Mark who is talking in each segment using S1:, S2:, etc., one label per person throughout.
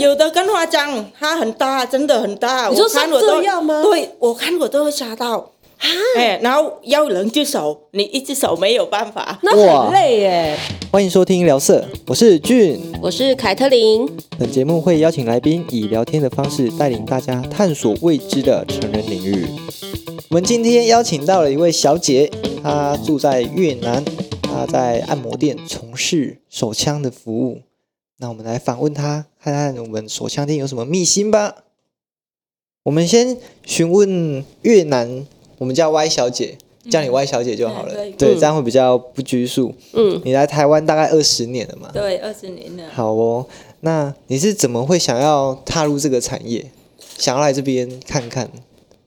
S1: 有的跟花江，它很大，真的很大。
S2: 你说
S1: 我看
S2: 像
S1: 我都
S2: 这样吗
S1: 对，我看我都会吓到。哎，然后要两只手，你一只手没有办法。
S2: 那很累耶。
S3: 欢迎收听聊色，我是俊。
S4: 我是凯特琳，
S3: 本节目会邀请来宾以聊天的方式带领大家探索未知的成人领域。我们今天邀请到了一位小姐，她住在越南，她在按摩店从事手枪的服务。那我们来访问她，看看我们手枪店有什么秘辛吧。我们先询问越南，我们叫 Y 小姐，叫你 Y 小姐就好了。
S1: 嗯
S3: 对，这样会比较不拘束。
S4: 嗯，
S3: 你来台湾大概二十年了嘛？
S1: 对，二十年了。
S3: 好哦，那你是怎么会想要踏入这个产业，想要来这边看看，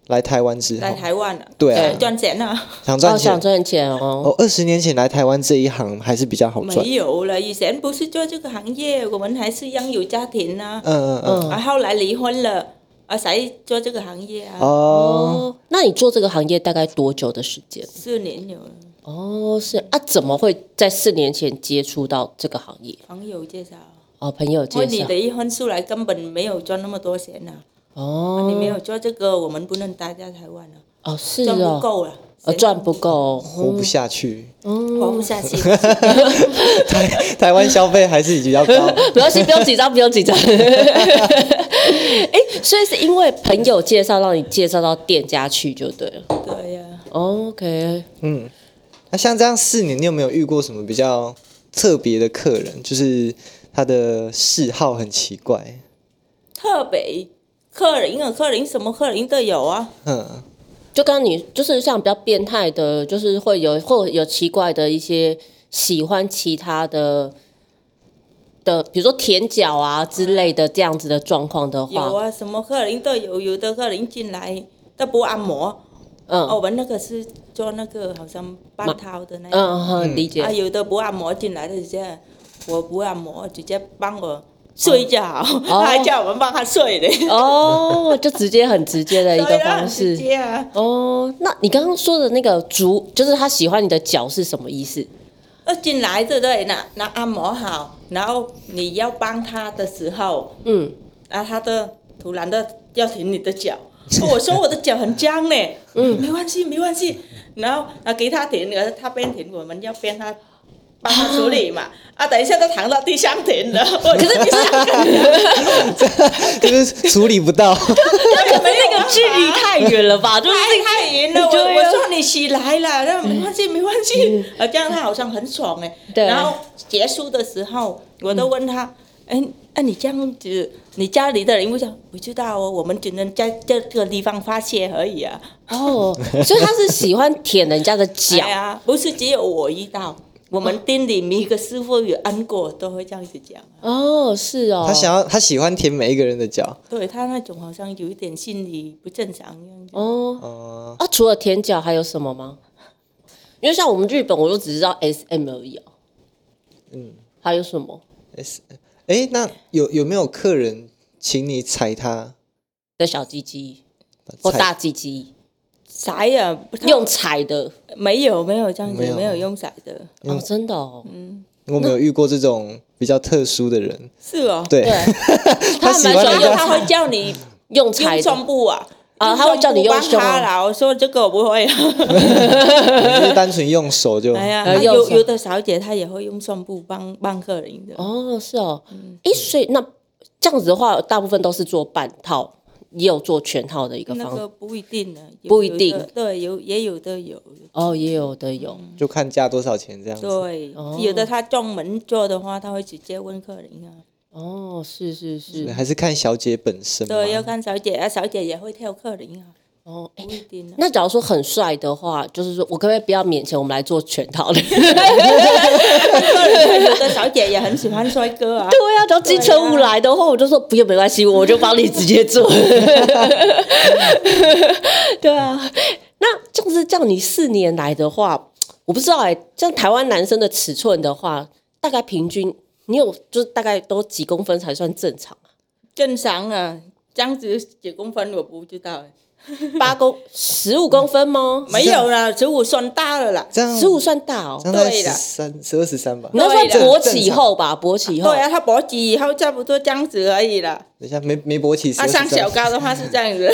S3: 来台湾之
S1: 在
S3: 后，
S1: 台湾了，
S3: 对啊
S1: 想赚钱啊，
S3: 想
S4: 哦，
S3: 赚钱
S4: 想？赚钱哦，
S3: 哦，二十年前来台湾这一行还是比较好赚。
S1: 没有了。以前不是做这个行业，我们还是ยัง有家庭啊。
S3: 嗯嗯嗯。
S1: 啊，后来离婚了，啊，才做这个行业啊，
S3: Ờ. 哦，
S4: 哦，那你做这个行业大概多久的时间？
S1: 四年有了，
S4: 哦，是啊，怎么会在四年前接触到这个行业？
S1: 朋友介绍。
S4: 哦，朋友
S1: 因为
S4: 介
S1: 你
S4: 绍，
S1: 离婚出来根本没有赚那么多钱呐、
S4: 哦
S1: 你没有做这个，我们不能待在台湾了、
S4: 哦，是
S1: 赚不
S4: 哦，
S1: 够了，
S4: 呃，
S1: 钱
S4: 赚不够哦，
S3: 活不下去，
S1: 活不下 去。
S3: 台台湾消费还是比较高。
S4: 不要紧，不用紧张，不用紧张。 哎，所以是因为朋友介绍让你介绍到店家去就对了。哦
S1: 对呀、
S4: OK，
S3: 嗯，那像这样四年，你有没有遇过什么比较特别的客人？就是他的嗜好很奇怪。
S1: 特别客人啊，客人什么客人都有啊，
S3: 嗯，
S4: 就刚刚你就是像比较变态的，就是会有或有奇怪的一些喜欢其他的的，比如说舔脚啊之类的这样子的状况的话，
S1: 有啊，什么客人都有，有的客人进来他不按摩，
S4: 嗯
S1: 哦我们那个是做那个好像半套的那种，
S4: 嗯嗯，理解。
S1: 啊，有的不按摩进来的直接，我不按摩，直接帮我睡就好， 他还叫我们帮他睡嘞。
S4: 哦，就直接很直接的一
S1: 对
S4: 个
S1: 啊
S4: 方
S1: 直。
S4: 式
S1: 接啊，
S4: 哦，那你刚刚说的那个足，就是他喜欢你的脚是什么意思？
S1: 呃，进来对不对？那那按摩好，然后你要帮他的时候，
S4: 嗯，
S1: 啊，他的突然的要舔你的脚，哦我说我的脚很僵呢，嗯，没关系没关系，然后啊给他舔，呃他边舔我们要边他。帮他处理嘛，啊，等一下他躺到地上舔了， 我觉得你是
S3: 就是处理不到。
S4: 可是那个距离太远 了吧？就是
S1: 太太赢了，我
S4: 对啊
S1: 我说你起来了，那没关系没关系，啊，这样他好像很爽哎。
S4: 嗯对
S1: 然后结束的时候，我都问他，
S4: 嗯
S1: 哎，那你这样子，你家里的人会讲，不知道哦，我们只能在这个地方发泄而已啊。
S4: 哦，所以他是喜欢舔人家的脚
S1: 哎。呀，不是只有我遇到，我们店里每个师傅有按过，都会这样子讲。啊
S4: 哦，是哦。
S3: 他想要，他喜欢舔每一个人的脚。
S1: 对他那种好像有一点心理不正常一样子。
S4: 哦，
S3: 哦、
S4: 啊，除了舔脚还有什么吗？因为像我们日本，我就只知道 S M 而已哦。嗯，还有什么
S3: S，哎，那有有没有客人请你踩他？
S4: 的小鸡鸡或
S3: 踩
S4: 大鸡鸡，
S1: 啥呀？他
S4: 用踩的
S1: 没有没有这样子
S3: 没，有
S1: 没有用色的。
S4: 哦，真的哦，
S3: 我没有遇过这种比较特殊的人，
S1: 是哦，
S3: 对，
S4: 他还
S3: 喜
S4: 蛮喜欢
S3: 欢人
S1: 然后
S3: 家
S4: 用
S1: 他会叫你
S4: 用
S1: 用
S4: 踩的
S1: 胸部啊，
S4: 啊他会叫你用
S1: 胸
S4: 胸
S1: 部
S4: 啊
S1: 帮他啦。我说这个我不 会啊。
S3: 就是单纯用手就。
S1: 哎呀，
S4: 呃
S1: 啊
S4: 用
S1: 有
S4: 胸
S1: 有的小姐她也会用胸部帮帮客人的。
S4: 哦，是哦，诶，所以那这样子的话，大部分都是做半套，也有做全套的一个
S1: 那
S4: 方
S1: 个不一定呢，有
S4: 不一
S1: 有的
S4: 定
S1: 对，有也有的有，
S4: 哦，也有的有
S3: 就看价多少钱这样子。
S1: 对，
S4: 哦
S1: 有的他专门做的话，他会直接问客人啊。
S4: 哦，是是是
S3: 还是看小姐本身嘛。
S1: 对，要看小姐啊，小姐也会挑客人啊，
S4: 哦，诶
S1: 不一定啊。
S4: 那假如说很帅的话，就是说我可不可以不要勉强我们来做全套的？
S1: 有的小姐也很喜欢帅哥啊，
S4: 对啊，只要金城武来的话，我就说不用，没关系，我就帮你直接做。对啊，那就是叫你四年来的话，我不知道哎、像台湾男生的尺寸的话，大概平均你有就是大概都几公分才算正常啊？
S1: 正常啊，这样子几公分我不知道，
S4: 八公十五公分吗？
S1: 没有啦，植物算大了啦。
S3: 这样
S4: 十五算大哦
S3: 这，样在
S1: 对
S3: 十
S1: 啦
S3: 三、十二、十三吧。
S4: 你那算
S1: 对啦
S4: 勃起后吧，勃起后
S1: 对。啊，它脖子以后差不多这样子而已啦。
S3: 等一下，没没勃起。
S1: 啊，
S3: 12
S1: 上小。
S3: 13
S1: 高的话是这 样子，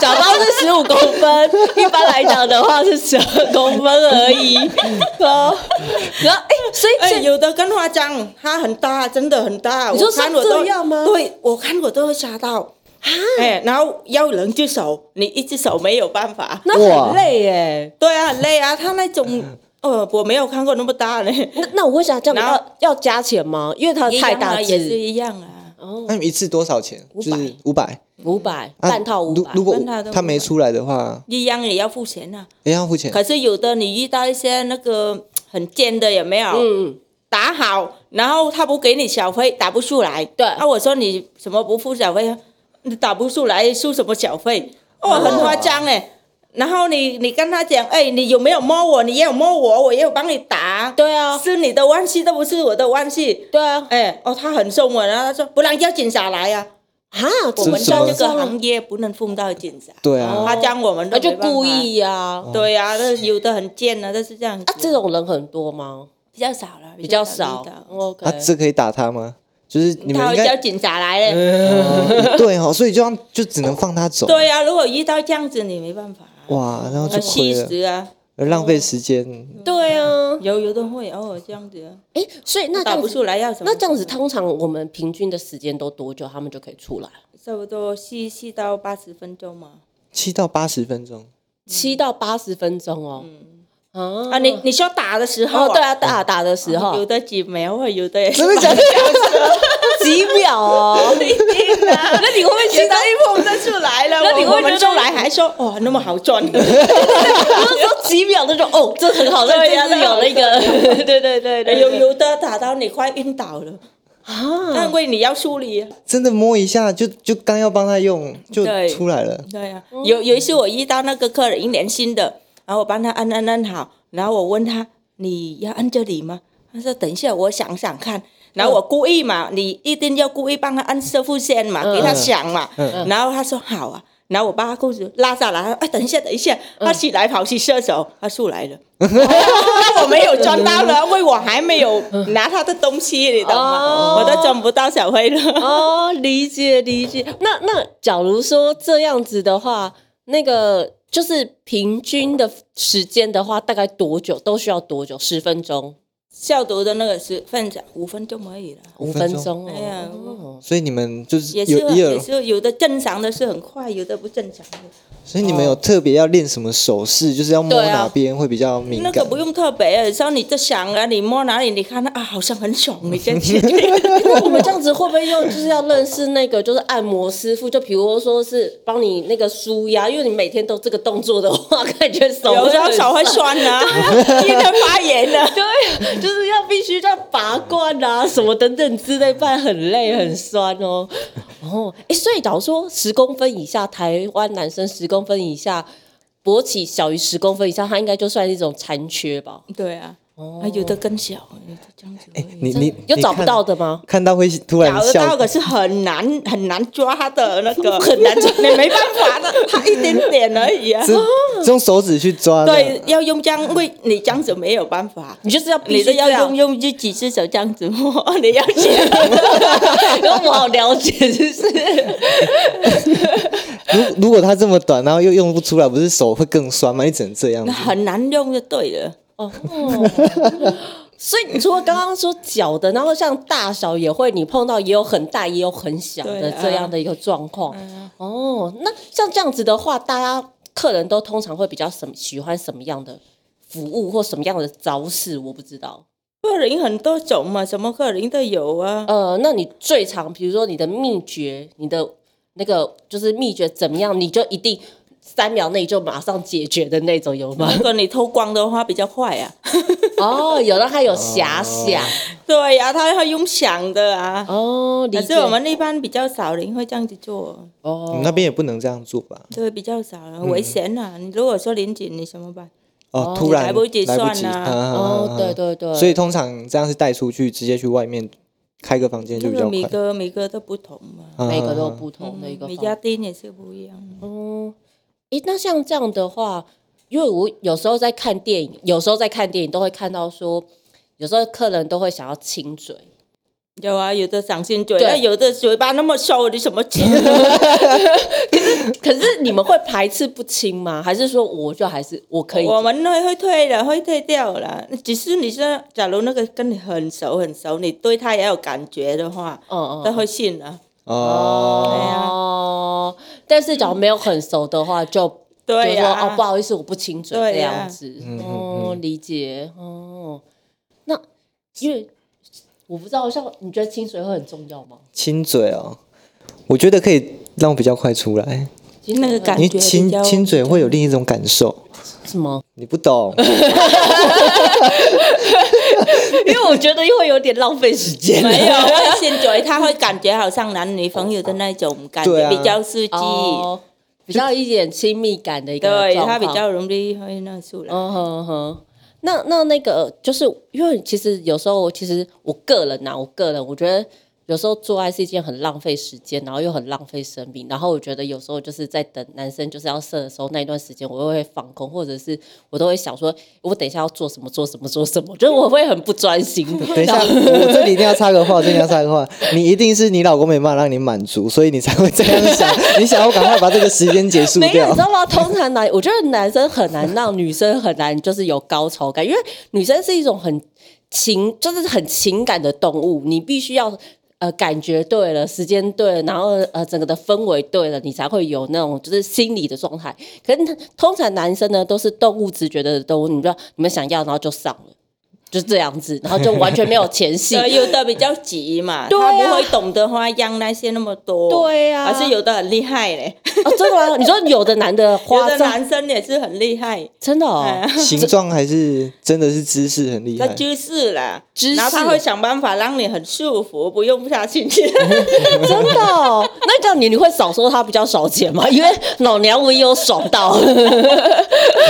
S4: 小包是十五公分，一般来讲的话是十二公分而已。哦，然后哎，所以
S1: 哎、
S4: 这
S1: 有的跟花章它很大，真的很大。
S4: 你说
S1: 我看我都
S4: 像这样吗啊
S1: 对，我看我都会吓到。哎、然后要两只手，你一只手没有办法。
S4: 那很累哎。
S1: 对啊，很累啊，它那 种，呃，我没有看过那么大呢。
S4: 那那我会想，这样
S1: 然后
S4: 要要加钱吗？因为它太大
S1: 啊也是
S4: 只，
S1: 一样啊。
S4: 哦，
S3: 那你一次多少钱？
S4: 500
S3: 就是五百。
S4: 五百
S3: 啊
S4: 半套五
S3: 如
S4: 百。
S3: 如果
S1: 半套都
S3: 他没
S1: 500
S3: 出来的话，
S1: 一样也要付钱啊。
S3: 也要付钱。
S1: 可是有的你遇到一些那个很贱的，有没有？
S4: 嗯，
S1: 打好，然后他不给你小费，打不出来。
S4: 对
S1: 啊，我说你什么不付小费啊？你打不出来，付什么小费？哦，很夸张哎、然后你你跟他讲，哎，你有没有摸我？你也有摸我，我也有帮你打。
S4: 对啊，
S1: 是你的关系，都不是我的关系。
S4: 对啊，
S1: 哎，哦，他很凶我，然后他说不然叫警察来呀、
S4: 哈，
S1: 我
S4: 我
S1: 们
S3: 是什
S1: 在
S3: 么
S1: 这个行业不能碰到警察。
S3: 对
S4: 哦
S3: 啊，哦
S1: 他将我们
S4: 那
S1: 都没
S4: 就
S1: 办法
S4: 故。意呀、啊。
S1: 对呀、啊，那有的很贱啊，都是这样子。
S4: 这种人很多吗？
S1: 比较少了，
S4: 比较少
S1: 遇到。
S4: ，OK，、
S3: 啊，这可以打他吗？就是你
S1: 他
S3: 们
S1: 会
S3: 应
S1: 叫
S3: 该
S1: 警察来了。
S3: 哦对哦，所以就让就只能放他走。
S1: 对啊呀、如果遇到这样子，你没办法、啊，
S3: 哇，然后哦就
S1: 很
S3: 亏
S1: 气
S3: 了，
S1: 死啊！
S3: 浪费时间。
S4: 对啊，
S1: 有有的会偶尔这样子、啊，
S4: 哎、所以那这
S1: 打
S4: 样
S1: 不
S4: 子，
S1: 出来要什么？
S4: 那这样子，通常我们平均的时间都多久，他们就可以出来？
S1: 差不多四四到八十分钟嘛。
S3: 七到八十分钟，
S4: 七、到八十分钟哦。啊
S1: 啊，你你说打的时候、
S4: 哦，对啊，打打的时候
S1: 有的几秒啊，有的也
S3: 哦 真的假的？
S4: 几秒 哦，
S1: 啊
S4: 那你会不会
S1: 觉
S4: 觉
S1: 得
S4: 得？
S1: 一碰就出来了，
S4: 那你
S1: 我
S4: 会觉得
S1: 们出来还说哇那么好 赚？
S4: 不是说几秒那种哦，这很好，那
S1: 对
S4: 就
S1: 啊
S4: 是有那个，对对对对，
S1: 有有的打到你快晕倒了，
S4: 啊，
S1: 但为你要处理啊。
S3: 真的摸一下就就刚要帮他用就
S1: 对
S3: 出来了，
S1: 对呀、有有一次我遇到那个客人，一年新的，然后我帮他按按按好，然后我问他你要按这里吗？他说等一下我想想看，然后我故意嘛，你一定要故意帮他按射腹线嘛，给他想嘛，
S3: 嗯
S1: 然后他说好啊。然后我把他裤子拉下来，他说哎，等一下，等一下，他起来跑去射手，他出来了，那我没有赚到了，因为我还没有拿他的东西，你懂吗？
S4: 哦
S1: 我都赚不到小费了。
S4: 哦，理解理解。那那假如说这样子的话，那个就是平均的时间的话，大概多久都需要多久？十分钟、
S1: 消毒的那个是分钟五分钟而已了。
S4: 五
S3: 五
S4: 分
S3: 分钟
S4: 钟
S1: 哎呀
S4: 哦。
S3: 所以你们就是
S1: 也是
S3: 有
S1: 很
S3: 也
S1: 也
S3: 有，
S1: 是有的正常的是很快，有的不正常的。
S3: 所以你们有特别要练什么手势，就是要摸
S4: 对啊
S3: 哪边会比较敏
S1: 那
S3: 感
S1: 个。不用特别，有时候你就想啊，你摸哪里，你看啊，好像很爽，你先去。
S4: 那我们这样子会不会又就是要认识那个就是按摩师傅？就比如说是帮你那个舒压，因为你每天都这个动作的话，感觉手
S1: 有时候
S4: 很
S1: 手会酸啊， 因为发炎啊。
S4: 对， 就是要必须要拔罐啊，什么等等之类，不然很累很酸哦。哦，哎，所以假如说十公分以下，台湾男生十公分以下，勃起小于十公分以上，他应该就算是一种残缺吧？
S1: 对啊，啊有的更小，有的这样子而已。
S3: 你你
S4: 有
S3: 你
S4: 找不
S3: 看
S4: 到的吗？
S3: 看到会突然
S1: 找得
S3: 笑
S1: 到，可是很难很难抓的那个，很难抓，你没办法 的，它一点点而已啊。
S3: 这用手指去抓的。
S1: 对，要用这样，因为你这样子没有办法，
S4: 你就是要
S1: 你
S4: 必
S1: 都
S4: 须
S1: 要
S4: 这
S1: 用
S4: 样，
S1: 用这几只手这样子摸，你要 想。
S4: 然后我好了解，就是
S3: 如如果它这么短，然后又用不出来，不是手会更酸吗？你只能这样
S1: 那
S3: 子。
S1: 很难用就对了。
S4: 哦。所以你除了刚刚说脚的，然后像大小也会，你碰到也有很大也有很小
S1: 对嗯
S4: 的
S1: 啊
S4: 这样的一个状况。哦，那像这样子的话，大家客人都通常会比较什么喜欢什么样的服务或什么样的招式，我不知道。
S1: 客人很多种嘛，什么客人都有啊。
S4: 呃，那你最常比如说你的秘诀，你的那个就是秘诀怎么样，你就一定三秒内就马上解决的那种有吗？
S1: 如果你偷光的话比较快啊。
S4: 哦，有让他有遐想
S1: 对呀、他要用想的啊。
S4: 哦，理
S1: 可是
S4: 解
S1: 我们一般比较少人会这样子做，
S4: 哦
S3: 你嗯那边也不能这样做吧？
S1: 对，比较少啊，危险啊！你如果说临检，你怎么办？
S3: 哦，突然
S1: 来不及
S3: 来不及
S1: 算啊
S3: 啊啊啊
S4: 哦，
S3: 啊
S4: 对对对，
S3: 所以通常这样是带出去，直接去外面开个房间就
S1: 这
S3: 比
S1: 个
S3: 较
S1: 每
S3: 快。
S1: 个每个都不同嘛，
S3: 啊
S4: 每个都有不同的一个
S1: 每
S4: 方
S1: 家店也是不一样。
S4: 哦，诶，那像这样的话，因为我有时候在看电影，有时候在看电影都会看到说，有时候客人都会想要亲嘴，
S1: 有啊，有的长新嘴，
S4: 对
S1: 那有的嘴巴那么瘦，你怎么亲？
S4: 可是你们会排斥不亲吗？还是说我就还是 我可以？
S1: 我们会会退的，会退掉了。只是你说，假如那个跟你很熟很熟，你对他也有感觉的话，
S4: 嗯
S1: 他
S4: 嗯。
S1: 会信啊。
S3: 哦，
S4: 哦，但是假如没有很熟的话，就
S1: 对呀、
S4: 就说哦，不好意思，我不亲嘴
S1: 对
S4: 这
S1: 呀
S4: 样子。
S3: 啊嗯嗯
S4: 哦，理解。哦，那因为我不知道，像你觉得亲嘴会很重要吗？
S3: 亲嘴哦，我觉得可以让我比较快出来，
S4: 亲
S1: 那个
S4: 嘴会
S1: 感
S3: 因为
S1: 觉比
S3: 亲
S1: 较
S3: 亲嘴会有另一种感受，
S4: 什么？
S3: 你不懂。
S4: 因为我觉得又会有点浪费时 间。
S1: 没有会亲嘴，他会感觉好像男女朋友的那种感
S3: 对
S1: 觉
S3: 啊
S1: 比较刺激，
S4: 哦，比较一点亲密感的一个
S1: 对
S4: 状
S1: 他
S4: 况。
S1: 比较容易会那出来。
S4: 嗯哼哼。那那那个就是因为其实有时候其实我个人呐、啊我个人我觉得有时候做爱是一件很浪费时间，然后又很浪费生命。然后我觉得有时候就是在等男生就是要射的时候那一段时间，我又会放空，或者是我都会想说，我等一下要做什么做什么做什么，就是我会很不专心。
S3: 等 一下，我这里一定要插个话，我这里一定要插个话。你一定是你老公没办法让你满足，所以你才会这样想，你想要赶快把这个时间结束
S4: 没有，你
S3: 掉
S4: 知。道吗？ 通常男，我觉得男生很难让女生很难，就是有高潮感，因为女生是一种很情，就是很情感的动物，你必须要呃感觉对了，时间对了，然后呃整个的氛围对了，你才会有那种就是心理的状态。可是通常男生呢都是动物直觉的动物，你知道你们想要，然后就上了， 就这样子，然后就完全没有前戏。
S1: 呃，有的比较急嘛，
S4: 对
S1: 他
S4: 啊
S1: 不会懂得花样那些那么多。
S4: 对呀、
S1: 而是有的很厉害嘞，
S4: 哦，真的吗？你说有的男的
S1: 有
S4: 花
S1: 的
S4: 招
S1: 男生也是很厉害，
S4: 真的哦。
S1: 哎
S3: 形状还是真的是姿势很厉
S1: 他
S3: 害，
S1: 就是啦，
S4: 知
S1: 然后他
S4: 识
S1: 会想办法让你很舒服，不用下去。
S4: 真的、哦？那这样你你会少收他比较少钱吗？ 因为老娘我也有爽到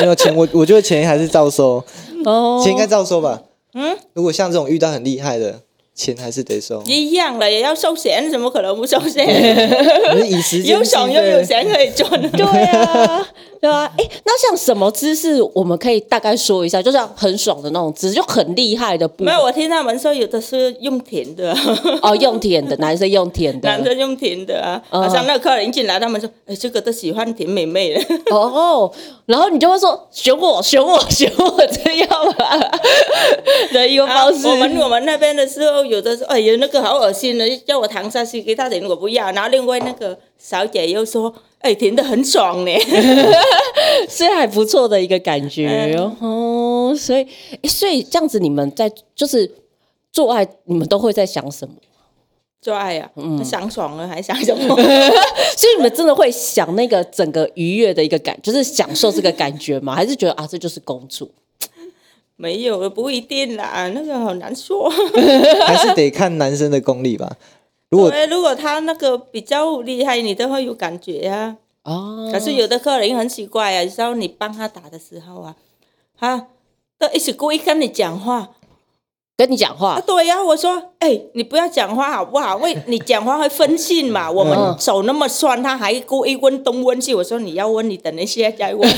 S3: 没有钱我我觉得钱还是照收，
S4: 哦
S3: 钱应该照收吧。嗯，如果像这种遇到很厉害的，钱还是得收，
S1: 一样了，也要收钱，怎么可能不收钱？
S3: 我们以时间
S1: 有爽
S3: 计
S1: 又
S3: 费
S1: 有 钱可以赚。
S4: 对啊，对啊。哎、那像什么姿势，我们可以大概说一下，就是很爽的那种姿势，就很厉害的部
S1: 没
S4: 分
S1: 有，我听他们说有的是用舔的，
S4: 嗯哦，用舔的，男生用舔的，
S1: 男生用舔的啊。
S4: 嗯
S1: 好像那个客人一进来，他们说：“哎，这个都喜欢舔妹妹的。
S4: 哦，然后你就会说选我，选我，选我，这样 吧 的一个”方式。
S1: 啊我们我们那边的时候，有的说：“哎呀，那个好恶心的，叫我躺下去给他舔，我不要。”然后另外那个小姐又说：“哎，舔的很爽呢。
S4: 是还不错的一个感觉、
S1: 哎
S4: 哦。所以，诶所以这样子，你们在就是做爱，你们都会在想什么？”
S1: 做爱啊，
S4: 嗯
S1: 想爽了还想什 么？
S4: 所以你们真的会想那个整个愉悦的一个感，就是享受这个感觉吗？还是觉得啊，这就是公主？
S1: 没有，不一定啦，那个好难说。
S3: 还是得看男生的功力吧。如果
S1: 哎对，如果他那个比较厉害，你都会有感觉啊。
S4: 哦，
S1: 可是有的客人很奇怪啊，有时候你帮他打的时候啊，他都一直故意跟你讲话。
S4: 跟你讲
S1: 啊，
S4: 话，
S1: 对呀、我说，哎、你不要讲话好不好？因为你讲话会分心嘛。我们手那么酸，他还故意问东问西。我说你要问，你 等一下再问。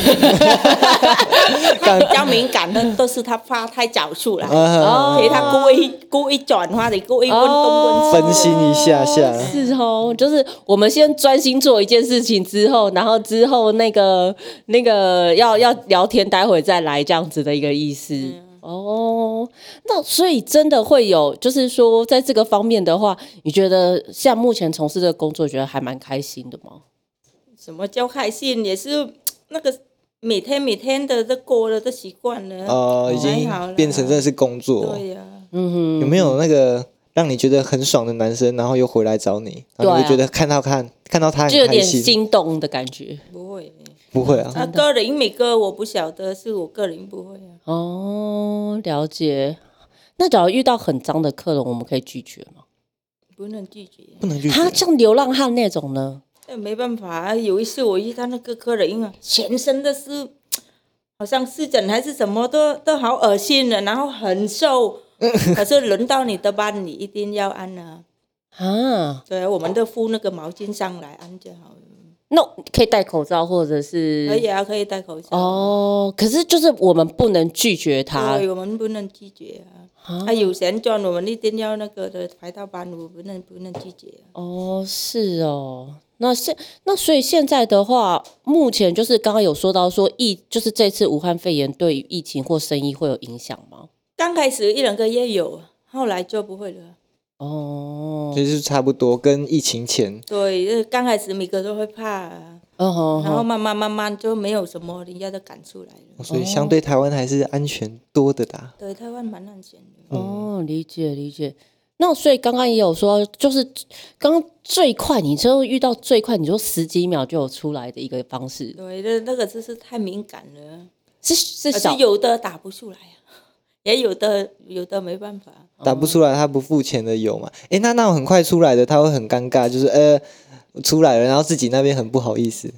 S1: 他比较敏感的都是他怕太早出来，
S3: 啊，
S1: 所以他故意故意转化的，故意问东问西。
S3: 分心一下下
S4: 哦是哦，就是我们先专心做一件事情之后，然后之后那个那个要要聊天，待会再来这样子的一个意思。哦，那所以真的会有，就是说在这个方面的话，你觉得像目前从事这个工作，觉得还蛮开心的吗？
S1: 什么叫开心，也是那个每天每天的都过了，都习惯了。
S3: 哦，已经
S1: 还好啦
S3: 变成真的是工作。
S1: 对呀、啊
S4: 嗯
S3: 有没有那个让你觉得很爽的男生，然后又回来找你，然后
S4: 对
S3: 你
S4: 啊
S3: 会觉得看到看看到他
S4: 哼，就有
S3: 很开
S4: 点
S3: 心？
S4: 心动的感觉。
S1: 不会。
S3: 不会啊，
S1: 啊，个人每个我不晓得，是我个人不会啊。
S4: 哦，了解。那假如遇到很脏的客人，我们可以拒绝吗？
S1: 不能拒绝，
S3: 不能拒绝
S4: 他。像流浪汉那种呢？
S1: 那没办法啊。有一次我遇到那个客人啊，全身都啊是，好像湿疹还是什么，都都好恶心的，然后很瘦，可是轮到你的班，你一定要安啊。
S4: 啊，
S1: 对，我们都敷那个毛巾上来安就好了。
S4: 那可以戴口罩或者是
S1: 可以啊，可以戴口罩。
S4: 嗯哦，可是就是我们不能拒绝他
S1: 对，我们不能拒绝啊。
S4: 啊
S1: 他、有钱赚，我们一定要那个的排到班，我不能不能拒绝啊、
S4: 哦，是哦。那现那所以现在的话，目前就是刚刚有说到说疫，就是这次武汉肺炎对于疫情或生意会有影响吗？
S1: 刚开始一两个月有，后来就不会了。
S4: 哦，
S3: 就是差不多跟疫情前
S1: 对，就是刚开始每个都会怕、啊，
S4: 哦吼
S1: 然后
S4: 吼，
S1: 慢慢慢慢就没有什么，人家都赶出来了。
S3: 哦所以相对台湾还是安全多的啦。
S1: 对，台湾蛮安全的。
S4: 哦，理解理解。那所以刚刚也有说，就是刚刚最快，你就遇到最快，你说十几秒就有出来的一个方式，
S1: 对，那那个就是太敏感了，
S4: 是是
S1: 而且
S4: 小
S1: 有的打不出来啊，也有的有的没办法。
S3: 打不出来，他不付钱的有嘛？诶，那那种很快出来的，他会很尴尬，就是呃出来了，然后自己那边很不好意思。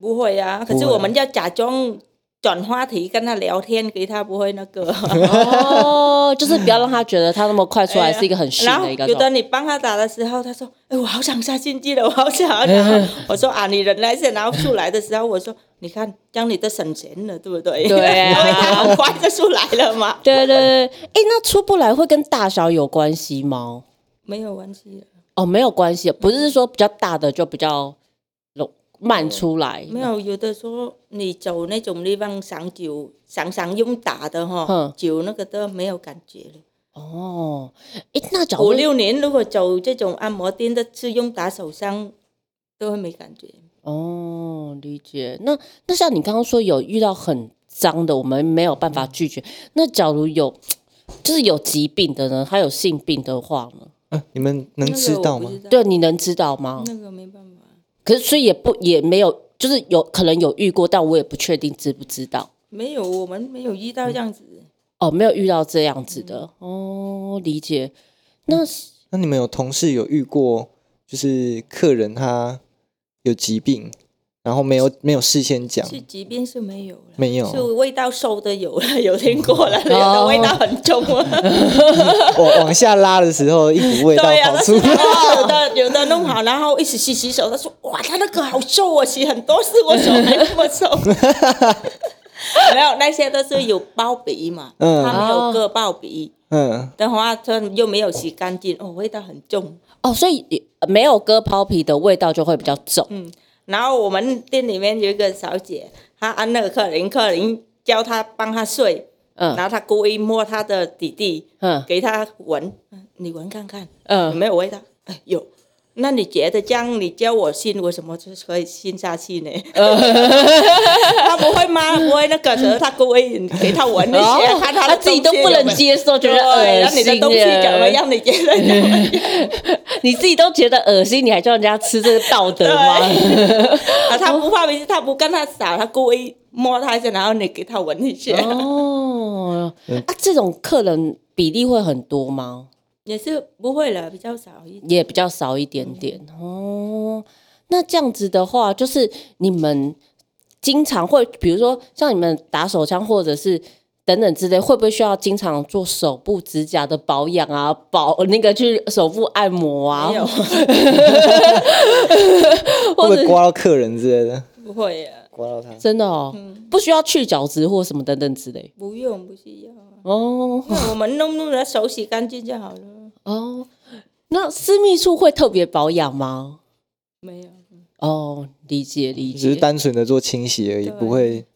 S1: 不会啊，可
S3: 不
S1: 是
S3: 会啊
S1: 我们要假装转话题跟他聊天，给他不会那个。
S4: 哦，就是不要让他觉得他那么快出来是一个很逊
S1: 哎然后
S4: 的一个
S1: 有
S4: 状态。
S1: 的你帮他打的时候，他说：“哎，我好想下经济了，我好想。”然后我说：“啊，你忍耐一下。”然后出来的时候，我说：“你看，这样你都省钱了，对不对？”
S4: 对啊
S1: 因为他很快就出来了 嘛，
S4: 对对对，哎，那出不来会跟大小有关系吗？
S1: 没有关系的，
S4: 哦，没有关系，不是说比较大的就比较容慢出来，
S1: 嗯没有。有的说你走那种地方赏酒，常常用打的哈、
S4: 嗯
S1: 酒那个都没有感觉了。
S4: 哦。哎，那假
S1: 五
S4: 如
S1: 六年如果走这种按摩店的，是用打手伤，都会没感觉。
S4: 哦，理解。那那像你刚刚说有遇到很脏的，我们没有办法
S1: 嗯
S4: 拒绝。那假如有就是有疾病的呢，他有性病的话呢？
S3: 嗯、你们能知道吗？
S1: 对，
S4: 对，你能知道吗？
S1: 那个没办法。
S4: 可是所以也不也没有，就是有可能有遇过，但我也不确定知不知道。
S1: 没有，我们没有遇
S3: 嗯
S1: 到这样子。
S4: 哦，没有遇到这样子的。
S1: 嗯
S4: 哦，理解。那是
S3: 那你们有同事有遇过，就是客人他有疾病，然后没有没有事先讲，
S1: 是疾病是没有了，
S3: 没有哦
S1: 是味道馊的有了， 有听过了，有的味道很重 啊。
S3: 往往下拉的时候，一股味 道
S1: 对呀、
S3: 跑
S1: 但
S3: 出
S1: 是
S3: 来。
S1: 有的有的弄好，然后一起洗洗手，他说：“哇，他那个好臭啊，洗很多次我手还那么 臭。”没有，那些都是有包皮嘛，
S3: 嗯
S1: 他没有割包皮
S3: 嗯，
S1: 的话，他又没有洗干净，哦，味道很重。
S4: 哦，所以没有割包皮的味道就会比较重。
S1: 嗯然后我们店里面有一个小姐，她按那个客人，客人叫她帮她睡，然
S4: 嗯
S1: 后她故意摸她的弟弟，
S4: 嗯
S1: 给她闻，你闻看看有
S4: 嗯，
S1: 没有味道？哎，有。那你觉得这样，你叫我信，我什么就可以信下去呢？
S4: Ờ。
S1: 他不会吗？不会那个，只是他故意给他闻那些，看他
S4: Ờ。他
S1: 的
S4: 哦啊自己都不能接受，觉
S1: 对，
S4: 得恶
S1: 然后你
S4: 心
S1: 的东西
S4: 了
S1: 怎么样？你觉 得怎么样？
S4: 你自己都觉得恶心，你还叫人家吃这个道德吗？
S1: 啊，他不怕没事，他不跟他撒，他故意摸他一下，然后你给他闻一下。
S4: 哦，
S1: 嗯
S4: 啊，这种客人比例会很多吗？
S1: 也是不会了，比较少一点。
S4: 也比较少一点点哦。那这样子的话，就是你们经常会，比如说像你们打手枪或者是等等之类，会不会需要经常做手部指甲的保养啊，保那个去手部按摩啊
S1: 没？有，
S3: 会不会刮到客人之类的？
S1: 不会啊，
S3: 刮到他，
S4: 真的哦，
S1: 嗯
S4: 不需要去角质或什么等等之类
S1: 不用，不需要啊。
S4: 哦
S1: 那我们弄弄了手洗干净就好了。
S4: 哦。那私密处会特别保养吗？
S1: 没有，
S4: 哦，理解理
S3: 只是
S4: 解，
S3: 单纯的做清洗而已，
S1: 对
S3: 不会。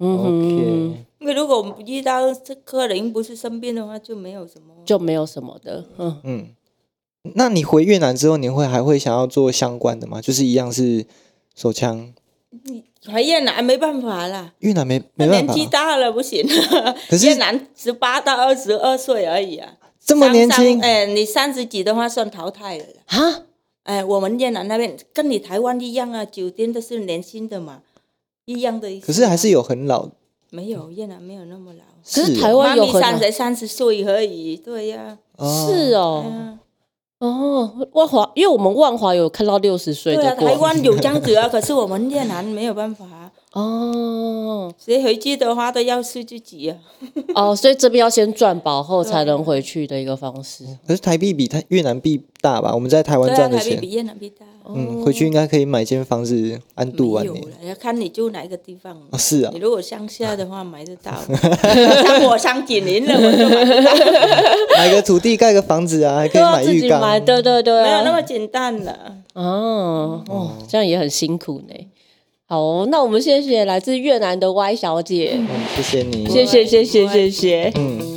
S4: 嗯哼
S3: OK，
S1: 因为如果我们遇到这客人不是生病的话，就没有什么。
S4: 就没有什么的，嗯，
S3: 嗯，那你回越南之后，你会还会想要做相关的吗？就是一样是手枪，
S1: 怀越南没办法啦，
S3: 越南没没办
S1: 年
S3: 法
S1: 纪
S3: 啊，
S1: 大了不行。啊
S3: 可是
S1: 越南十八到二十二岁而已啊，
S3: 这么年
S1: 三
S3: 轻
S1: 三，哎，你三十几的话算淘汰了啦。
S4: 哈，
S1: 哎，我们越南那边跟你台湾一样啊，酒店都是年轻的嘛，一样的意思啊。
S3: 可是还是有很老，哦
S1: 没有越南没有那么老。
S4: 可是
S3: 是
S4: 台湾
S1: 妈
S4: 有
S1: 咪
S4: 很
S1: 三
S4: 难
S1: 才三十岁而已，对呀、
S3: 哦
S4: 是哦，
S1: 嗯，
S4: 哦，万华，因为我们万华有看到六十岁
S1: 对啊，
S4: 的
S1: 台
S4: 过，
S1: 啊湾有这样子啊，可是我们越南没有办法，
S4: 哦
S1: 谁回去的话都要是自己啊。
S4: 哦，所以这边要先赚饱后才能回去的一个方式。
S3: 可是台币比台越南币大吧？我们在台湾
S1: 对啊，
S3: 赚的
S1: 台币
S3: 钱，
S1: 比越南币大。
S3: 嗯，回去应该可以买间房子安度
S1: 没
S3: 晚
S1: 有
S3: 年。
S1: 了，要哎看你住哪一个地方 嘛
S3: 哦，。是啊
S1: 你，如果乡下的话买得到， 像我上几年了我就买不到，
S3: 买个土地盖个房子啊，还可
S4: 对
S3: 以
S4: 啊，
S3: 买
S4: 自
S3: 浴
S4: 己
S3: 缸。
S4: 买，对对对啊，
S1: 没有那么简单了。
S4: 哦哦，这样也很辛苦呢。好哦、那我们谢谢来自越南的 Y 小姐，
S3: 嗯，谢谢你。
S4: 谢谢谢谢谢谢。
S3: 嗯。